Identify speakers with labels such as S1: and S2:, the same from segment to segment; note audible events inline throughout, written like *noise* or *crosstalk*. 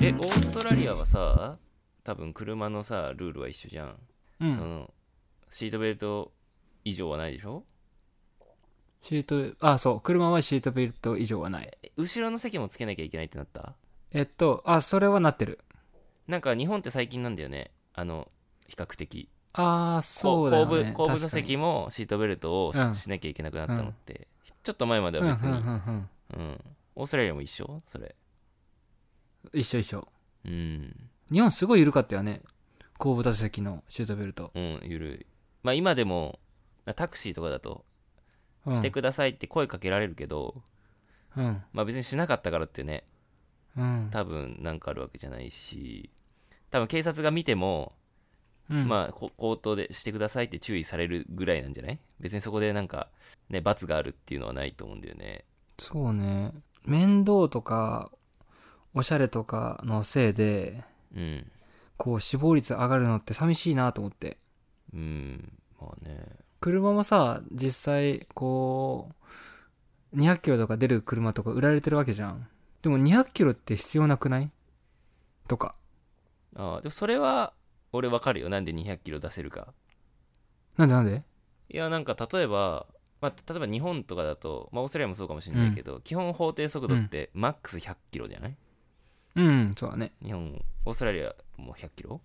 S1: えオーストラリアはさ多分車のさルールは一緒じゃん、
S2: う
S1: そ
S2: ん
S1: のシートベルト以上はないでしょ
S2: シートあそう車はシートベルト以上はない
S1: え後ろの席もつけなきゃいけないってなった
S2: えっとあそれはなってる
S1: なんか日本って最近なんだよねあの比較的
S2: ああそうだよね
S1: 後部後部座
S2: 確かに
S1: 席もシートベルトをし,、
S2: うん
S1: なきゃいけなくなったのって、ちょっと前まで
S2: うんう
S1: は
S2: ん
S1: 別に、うん
S2: うんうん
S1: オーストラリアも一緒それ
S2: 一緒一緒
S1: うん
S2: 日本すごい緩かったよね後部座席のシートベルト、
S1: うんゆるいまあ今でもタクシーとかだと
S2: うん、
S1: してくださいって声かけられるけど、
S2: うん
S1: まあ別にしなかったからってね
S2: うん
S1: 多分なんかあるわけじゃないし多分警察が見ても、
S2: うん
S1: まあこ口頭でしてくださいって注意されるぐらいなんじゃない別にそこでなんかね罰があるっていうのはないと思うんだよね
S2: そうね面倒とかおしゃれとかのせいで
S1: うん
S2: こう死亡率上がるのって寂しいなと思って
S1: うんまあね
S2: 車もさ実際こう200キロとか出る車とか売られてるわけじゃんでも200キロって必要なくないとか
S1: ああでもそれは俺わかるよなんで200キロ出せるか
S2: なんでなんで
S1: いやなんか例えば、まあ、例えば日本とかだと、まあ、オーストラリアもそうかもしれないけど、基本法定速度ってマックス100キロじゃない、
S2: うんそうだね
S1: 日本オーストラリアも100キロ、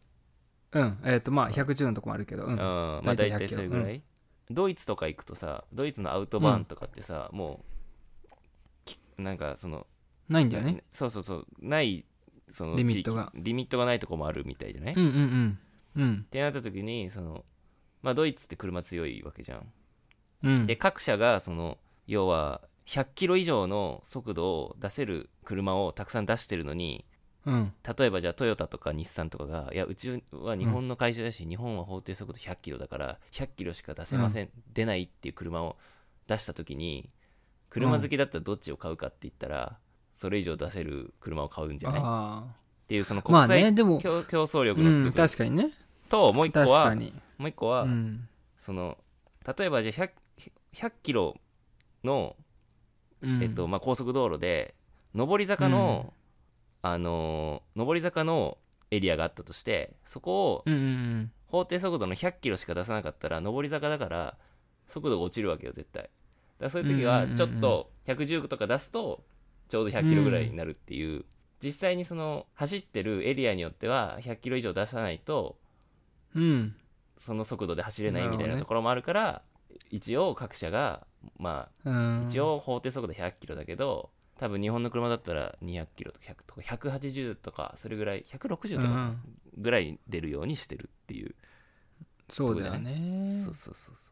S2: うんえっ、とまあ110のとこもあるけどう
S1: うん
S2: ん
S1: まあ
S2: 大体
S1: 大
S2: 100
S1: 体それぐらい、ドイツとか行くとさドイツのアウトバーンとかってさ、もうきなんかその
S2: ないんだよね
S1: そうそうそうないその
S2: リミッ
S1: 地域
S2: トが
S1: リミットがないとこもあるみたいじゃない、
S2: う
S1: っ
S2: んうんうんうん
S1: てなった時にそのまあドイツって車強いわけじゃん
S2: うん
S1: で各社がその要は100キロ以上の速度を出せる車をたくさん出してるのに
S2: うん
S1: 例えばじゃあトヨタとか日産とかがいやうちは日本の会社だし、日本は法定速度100キロだから100キロしか出せません、出ないっていう車を出した時に車好きだったらどっちを買うかって言ったら、それ以上出せる車を買うんじゃないっ
S2: あ
S1: ていうその
S2: あま
S1: 国
S2: あね
S1: 際
S2: でも
S1: 競,、争力
S2: う
S1: の部分、
S2: ん確かにね
S1: ともう一個
S2: 確
S1: は
S2: かに
S1: もう一個は、
S2: うん
S1: その例えばじゃあ 100, 100キロの
S2: うん
S1: えっとまあ、高速道路で上り坂の、あのー上り坂のエリアがあったとしてそこを
S2: うんうん
S1: 法定速度の100キロしか出さなかったら上り坂だから速度が落ちるわけよ絶対だからそういう時
S2: う
S1: は
S2: んうんうん
S1: ちょっと110とか出すとちょうど100キロぐらいになるっていう、実際にその走ってるエリアによっては100キロ以上出さないと
S2: うんうん
S1: その速度で走れないみ
S2: な
S1: たい
S2: るほど
S1: な
S2: ね
S1: ところもあるから一応各社がまあ
S2: うん
S1: 一応法定速度100キロだけど多分日本の車だったら200キロとか100とか180とかそれぐらい160とか
S2: うん
S1: ぐらい出るようにしてるっていう、
S2: そうだよね
S1: そうそうそうそ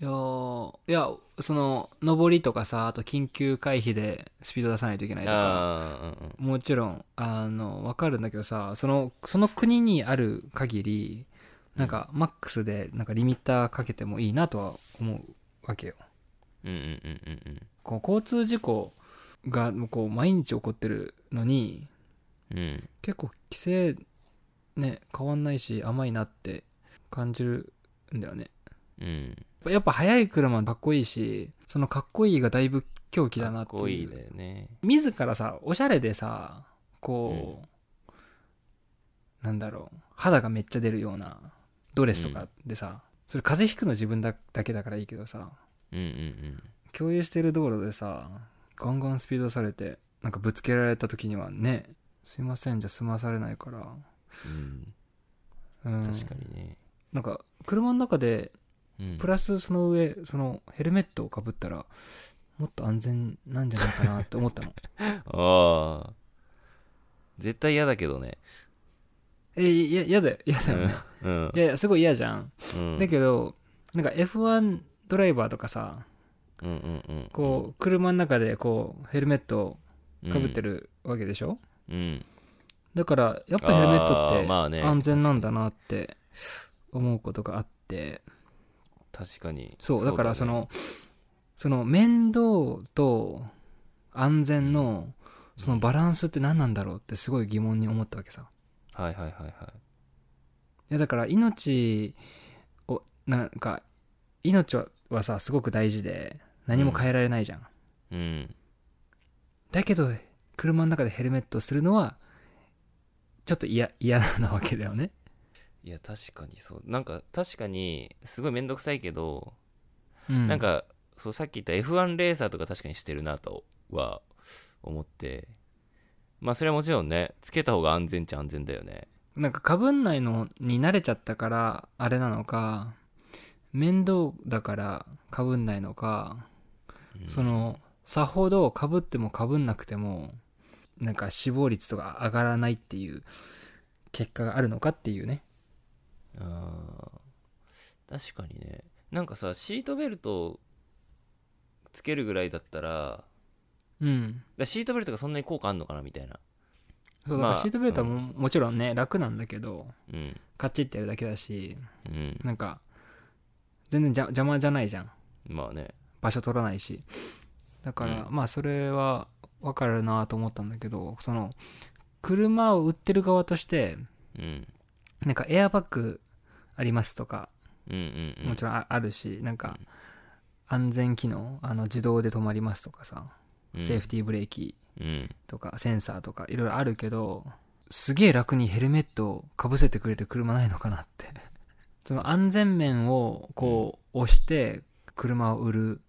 S2: いやーいやその上りとかさあと緊急回避でスピード出さないといけないうとか
S1: ああうんうん
S2: もちろんあの分かるんだけどさそのその国にある限りなんかマックスでなんかリミッターかけてもいいなとは思うわけよ
S1: うんうんうんうん
S2: こう交通事故がもうこう毎日起こってるのに
S1: うんうん
S2: 結構規制ね変わんないし甘いなって感じるんだよね
S1: うん
S2: やっぱ速い車かっこいいしそのかっこいいがだいぶ狂気だ
S1: か
S2: な
S1: っ
S2: って
S1: こい
S2: い
S1: いうだよね
S2: 自らさおしゃれでさこう、なんだろう肌がめっちゃ出るようなドレスとかでさ、それ風邪ひくの自分だだけだからいいけどさ
S1: うんうん
S2: 共有してる道路でさガンガンスピードされてなんかぶつけられた時にはねすいませんじゃ済まされないから、
S1: うん、
S2: うん、
S1: うん、確かにね、
S2: なんか車の中で
S1: うん、
S2: プラスその上そのヘルメットをかぶったらもっと安全なんじゃないかなって思ったの
S1: ああ絶対嫌だけどね
S2: *laughs* えいや嫌だよ嫌だよね
S1: うん
S2: いやいやすごい嫌じゃん、
S1: うん
S2: だけどなんか F1 ドライバーとかさ
S1: うんうんうん
S2: こう車の中でこうヘルメット
S1: う
S2: をかぶって
S1: る
S2: るわけでしょ、
S1: うん
S2: だからやっぱヘルメット
S1: あーまあ
S2: っ
S1: ね
S2: て安全なんだなって思うことがあって
S1: 確かに
S2: そうだからそ
S1: よね
S2: のその面倒と安全のそのバランスって何なんだろうってすごい疑問に思ったわけさ
S1: はいはいはいはい
S2: いやだから命をなんか命ははさすごく大事で何も変えられないじゃん、
S1: うん
S2: だけど車の中でヘルメットするのはちょっと嫌嫌なわけだよね
S1: いや確かにそうなんか確かにすごい面倒くさいけど、
S2: うん
S1: なんかそうさっき言った F1 レーサーとか確かにしてるなとは思ってまあそれはもちろんねつけた方が安全っちゃ安全だよね
S2: なんかかぶんないのに慣れちゃったからあれなのか面倒だからかぶんないのか、
S1: うん
S2: そのさほどかぶってもかぶんなくてもなんか死亡率とか上がらないっていう結果があるのかっていうね
S1: あー確かにねなんかさシートベルトをつけるぐらいだったらだか
S2: うん
S1: らシートベルトがそんなに効果あんのかなみたいな
S2: そう
S1: ま
S2: だか
S1: あ
S2: らシートベルトはも,、もちろんね楽なんだけど
S1: うん
S2: カチッてやるだけだし
S1: うん
S2: なんか全然じゃ邪魔じゃないじゃん
S1: まあね
S2: 場所取らないしだから、
S1: う
S2: まあそれは分かるなと思ったんだけどその車を売ってる側として
S1: うん
S2: なんかエアバッグありますとか
S1: うんうんうん
S2: もちろんああるしなんか
S1: うん
S2: 安全機能あの自動で止まりますとかさ
S1: うん
S2: セーフティーブレーキ
S1: うん
S2: とかセンサーとかいろいろあるけどすげえ楽にヘルメットをかぶせてくれる車ないのかなって *laughs* その安全面をこう押して車を売る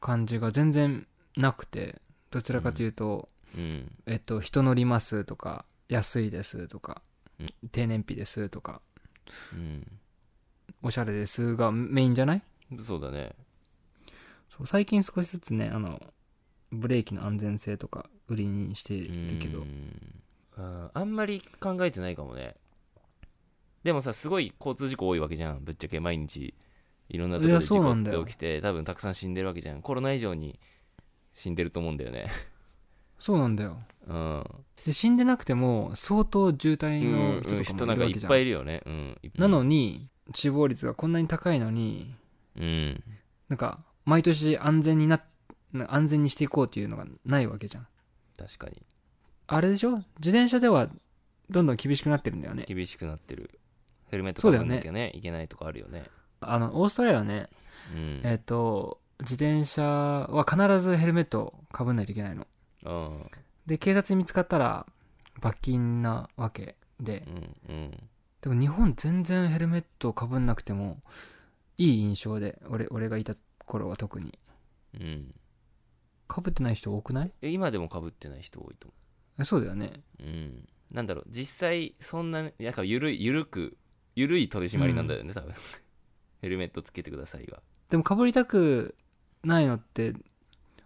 S2: 感じが全然なくてどちらかというと、
S1: うん
S2: えっと人乗りますとか安いですとか
S1: うん
S2: 低燃費ですとか
S1: う
S2: おしゃれですがメインじゃない
S1: んそうだね
S2: そう最近少しずつねあのブレーキの安全性とか売りにしてるけど
S1: うんあーあんまり考えてないかもねでもさすごい交通事故多いわけじゃんぶっちゃけ毎日いろんなとこ
S2: い
S1: ろ
S2: や
S1: で事
S2: そうな
S1: 故
S2: んだよ
S1: って起きて多分たくさん死んでるわけじゃんコロナ以上に死んでると思うんだよね
S2: そうなんだよ
S1: うん
S2: で死んでなくても相当渋滞
S1: うん
S2: の
S1: うん
S2: 人とか
S1: 人
S2: も
S1: ないんか
S2: るわ
S1: い
S2: けじ
S1: っ
S2: ゃん,、
S1: ぱいいるよねうん
S2: なのに死亡率がこんなに高いのに
S1: うん
S2: なんか毎年安全になな安全にしていこうっていうのがないわけじゃん
S1: 確かに
S2: あれでしょ自転車ではどんどん厳しくなってるんだよね
S1: 厳しくなってるヘルメット
S2: そうだ
S1: かぶ
S2: よ
S1: ん
S2: ね
S1: なきゃねいけないとかあるよね
S2: あのオーストラリアはね
S1: うん
S2: えっ、と自転車は必ずヘルメットをかぶんないといけないの
S1: あ
S2: で警察に見つかったら罰金なわけで
S1: ーうんうん
S2: でも日本全然ヘルメットをかぶんなくてもいい印象で俺俺がいた頃は特に
S1: うん
S2: かぶってない人多くない
S1: え今でもかぶってない人多いと思う
S2: えそうだよね
S1: うん、なんだろう実際そんななんかゆるいゆるくゆるい取り締まりなんだよね、多分ヘルメットつけてくださいは
S2: でもかぶりたくないのって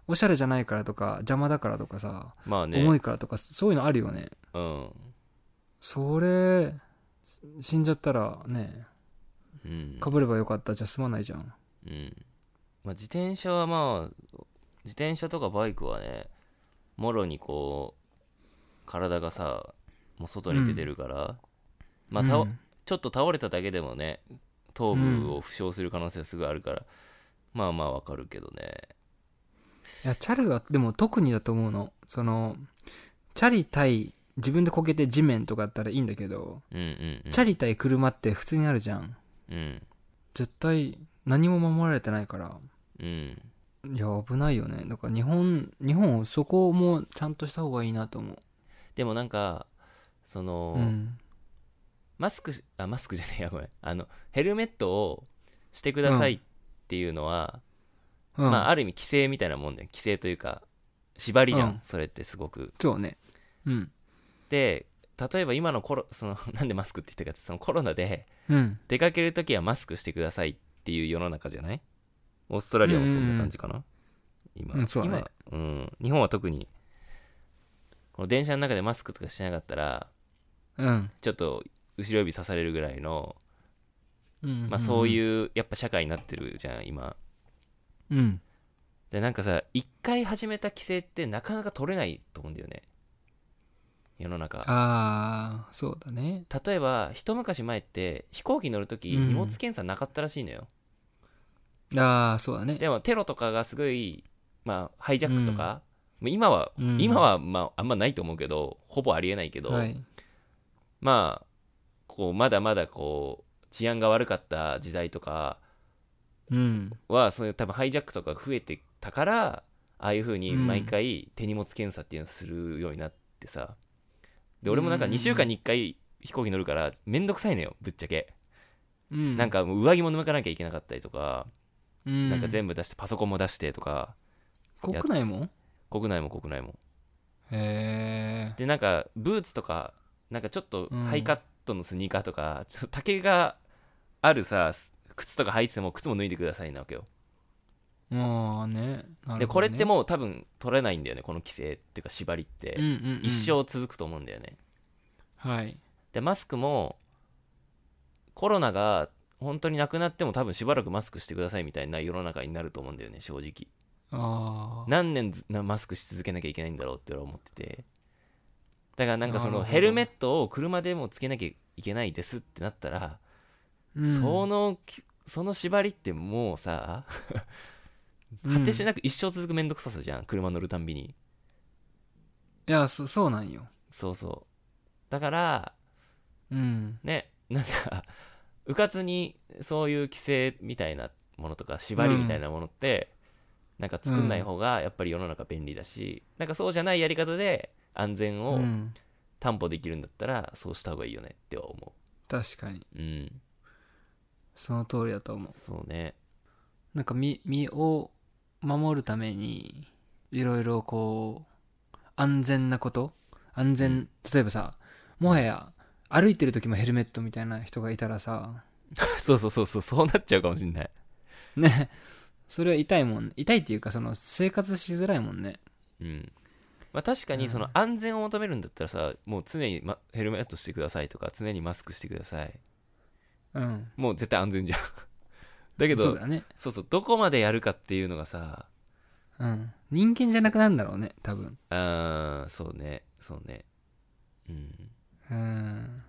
S2: おしゃれじゃないからとか邪魔だからとかさ、
S1: まあね
S2: 重いからとかそういうのあるよね
S1: うん、
S2: それし死んじゃったらね
S1: うん
S2: かぶればよかったじゃ済まないじゃん
S1: うんまあ、自転車はまあ自転車とかバイクはねもろにこう体がさもう外に出てるから、まあ、た
S2: うん
S1: ちょっと倒れただけでもね頭部を負傷する可能性がすぐあるから、まあまあわかるけどね
S2: いやチャリはでも特にだと思うのそのチャリ対自分でこけて地面とかだったらいいんだけど、
S1: うんうんうん
S2: チャリ対車って普通にあるじゃん
S1: うん
S2: 絶対何も守られてないから
S1: うん
S2: いや危ないよねだから日本日本そこもちゃんとした方がいいなと思う
S1: でもなんかその、
S2: うん
S1: マスクしあマスクじゃねえやごめんあのヘルメットをしてくださいっていうのは、
S2: うん
S1: まあある意味規制みたいなもんだよ規制というか縛りじゃん、
S2: うん
S1: それってすごく
S2: そうねうん
S1: で例えば今のコロその *laughs* なんでマスクって言ったかってそのコロナで
S2: うん
S1: 出かけるときはマスクしてくださいっていう世の中じゃないオーストラリアもそんな感じかな、今、
S2: うんそうだね
S1: 今うん、日本は特にこの電車の中でマスクとかしてなかったら
S2: うん、
S1: ちょっと後ろ指刺されるぐらいの
S2: うん
S1: まあ、そう
S2: う
S1: いうやっぱ社会になってるじゃん今
S2: ん、うん、
S1: でなんかさ一回始めた規制ってなかなか取れないと思うんだよね世の中
S2: ああそうだね
S1: 例えば一昔前って飛行機乗るとき
S2: うん
S1: 荷物検査なかったらしいのよ、
S2: ああそうだね
S1: でもテロとかがすごい、まあ、ハイジャックとか、もう今は、
S2: うん
S1: 今は、まあ、あんまないと思うけどほぼありえないけど、
S2: はい
S1: まあこうまだまだこう治安が悪かった時代とか
S2: うん
S1: はそういう多分ハイジャックとか増えてたからああいう風に
S2: うん
S1: 毎回手荷物検査っていうのをするようになってさ、で俺もなんか
S2: うん
S1: 2週間に1回飛行機乗るからめんどくさいのよぶっちゃけ
S2: うん
S1: なんかもう上着も抜かなきゃいけなかったりとか、
S2: な
S1: なんか全部出してパソコンも出してとか
S2: 国内も
S1: 国内も国内も
S2: へえ
S1: でなんかブーツとかなんかちょっと
S2: うん
S1: ハイカットのスニーカーとか、ちょっと丈があるさす靴とか履いてても靴も脱いでくださいなわけよ
S2: まあねなるほどね
S1: でこれってもう多分取れないんだよねこの規制っていうか縛りって、
S2: うんうんうん
S1: 一生続くと思うんだよね
S2: はい
S1: でマスクもコロナが本当になくなっても多分しばらくマスクしてくださいみたいな世の中になると思うんだよね正直
S2: ああ
S1: 何年ずなマスクし続けなきゃいけないんだろうって俺は思っててだからなんかそ
S2: なる
S1: の
S2: ほど
S1: ヘルメットを車でもつけなきゃいけないですってなったら、そのきその縛りってもうさ果てし
S2: い
S1: なく一生続くめんどくささじゃん車乗るたんびに
S2: いやそそうなんよ
S1: そうそうだから
S2: うん
S1: ねなんかうかつにそういう規制みたいなものとか縛りみたいなものって、なんか作んない方がやっぱり世の中便利だし、なんかそうじゃないやり方で安全
S2: う
S1: を
S2: ん
S1: 担保できるんだったらそうした方がいいよねっては思
S2: 確かに
S1: ううん
S2: その通りだと思う
S1: そうね *laughs*
S2: なんか身身を守るためにいろいろこう安全なこと安全、
S1: うん
S2: 例えばさもはや歩いてる時もヘルメットみたいな人がいたらさ
S1: そうそうそうそうそうなっちゃうかもしんない
S2: ねそれは痛いもん痛いっていうかその生活しづらいもんね
S1: うんまあ確か
S2: う
S1: に
S2: ん
S1: その安全を求めるんだったらさもう常にまヘルメットしてくださいとか常にマスクしてください
S2: うん
S1: もう絶対安全じゃん *laughs* だけど
S2: そうだね
S1: そうそうどこまでやるかっていうのがさ
S2: うん人間じゃなくなるんだろうね多分
S1: あーそうねそうねうん
S2: うん